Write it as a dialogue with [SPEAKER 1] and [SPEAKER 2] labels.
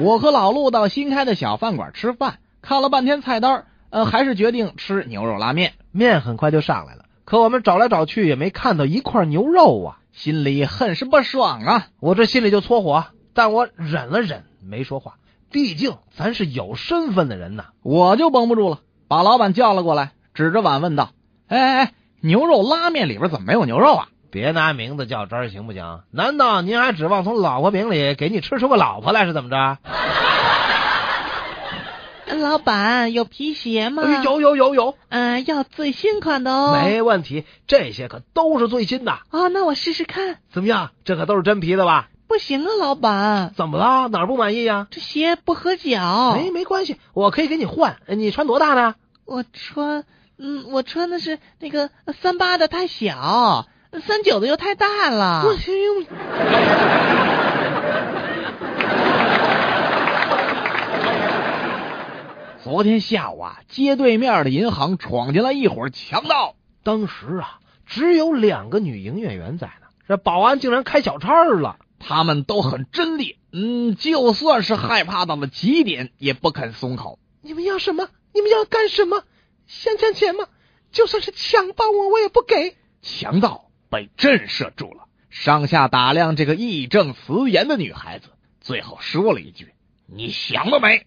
[SPEAKER 1] 我和老陆到新开的小饭馆吃饭，看了半天菜单，呃，还是决定吃牛肉拉面，
[SPEAKER 2] 面很快就上来了，可我们找来找去也没看到一块牛肉啊！
[SPEAKER 1] 心里很是不爽啊！
[SPEAKER 2] 我这心里就搓火，但我忍了忍，没说话。毕竟咱是有身份的人呐。
[SPEAKER 1] 我就绷不住了，把老板叫了过来，指着碗问道：“哎哎哎，牛肉拉面里边怎么没有牛肉啊？”
[SPEAKER 2] 别拿名字较真儿行不行？难道您还指望从老婆饼里给你吃出个老婆来是怎么着？
[SPEAKER 3] 老板有皮鞋吗？
[SPEAKER 2] 哎有有有有，
[SPEAKER 3] 嗯、要最新款的哦。
[SPEAKER 2] 没问题，这些可都是最新的。
[SPEAKER 3] 哦，那我试试看。
[SPEAKER 2] 怎么样？这可都是真皮的吧？
[SPEAKER 3] 不行啊，老板，
[SPEAKER 2] 怎么了？哪儿不满意呀、
[SPEAKER 3] 这鞋不合脚。
[SPEAKER 2] 没没关系，我可以给你换。你穿多大的？
[SPEAKER 3] 我穿，嗯，我穿的是那个三八的太
[SPEAKER 1] 啊
[SPEAKER 3] 小，三九的又太大了。
[SPEAKER 2] 我行，
[SPEAKER 1] 昨天下午啊，街对面的银行闯进来一伙强盗，
[SPEAKER 2] 当时啊，只有两个女营业员在呢，这保安竟然开小差了。
[SPEAKER 1] 他们都很真力，嗯，就算是害怕到了极点，也不肯松口。
[SPEAKER 2] 你们要什么？你们要干什么？想抢钱吗？就算是强暴我，我也不给。
[SPEAKER 1] 强盗被震慑住了，上下打量这个义正辞严的女孩子，最后说了一句：“你想得美。”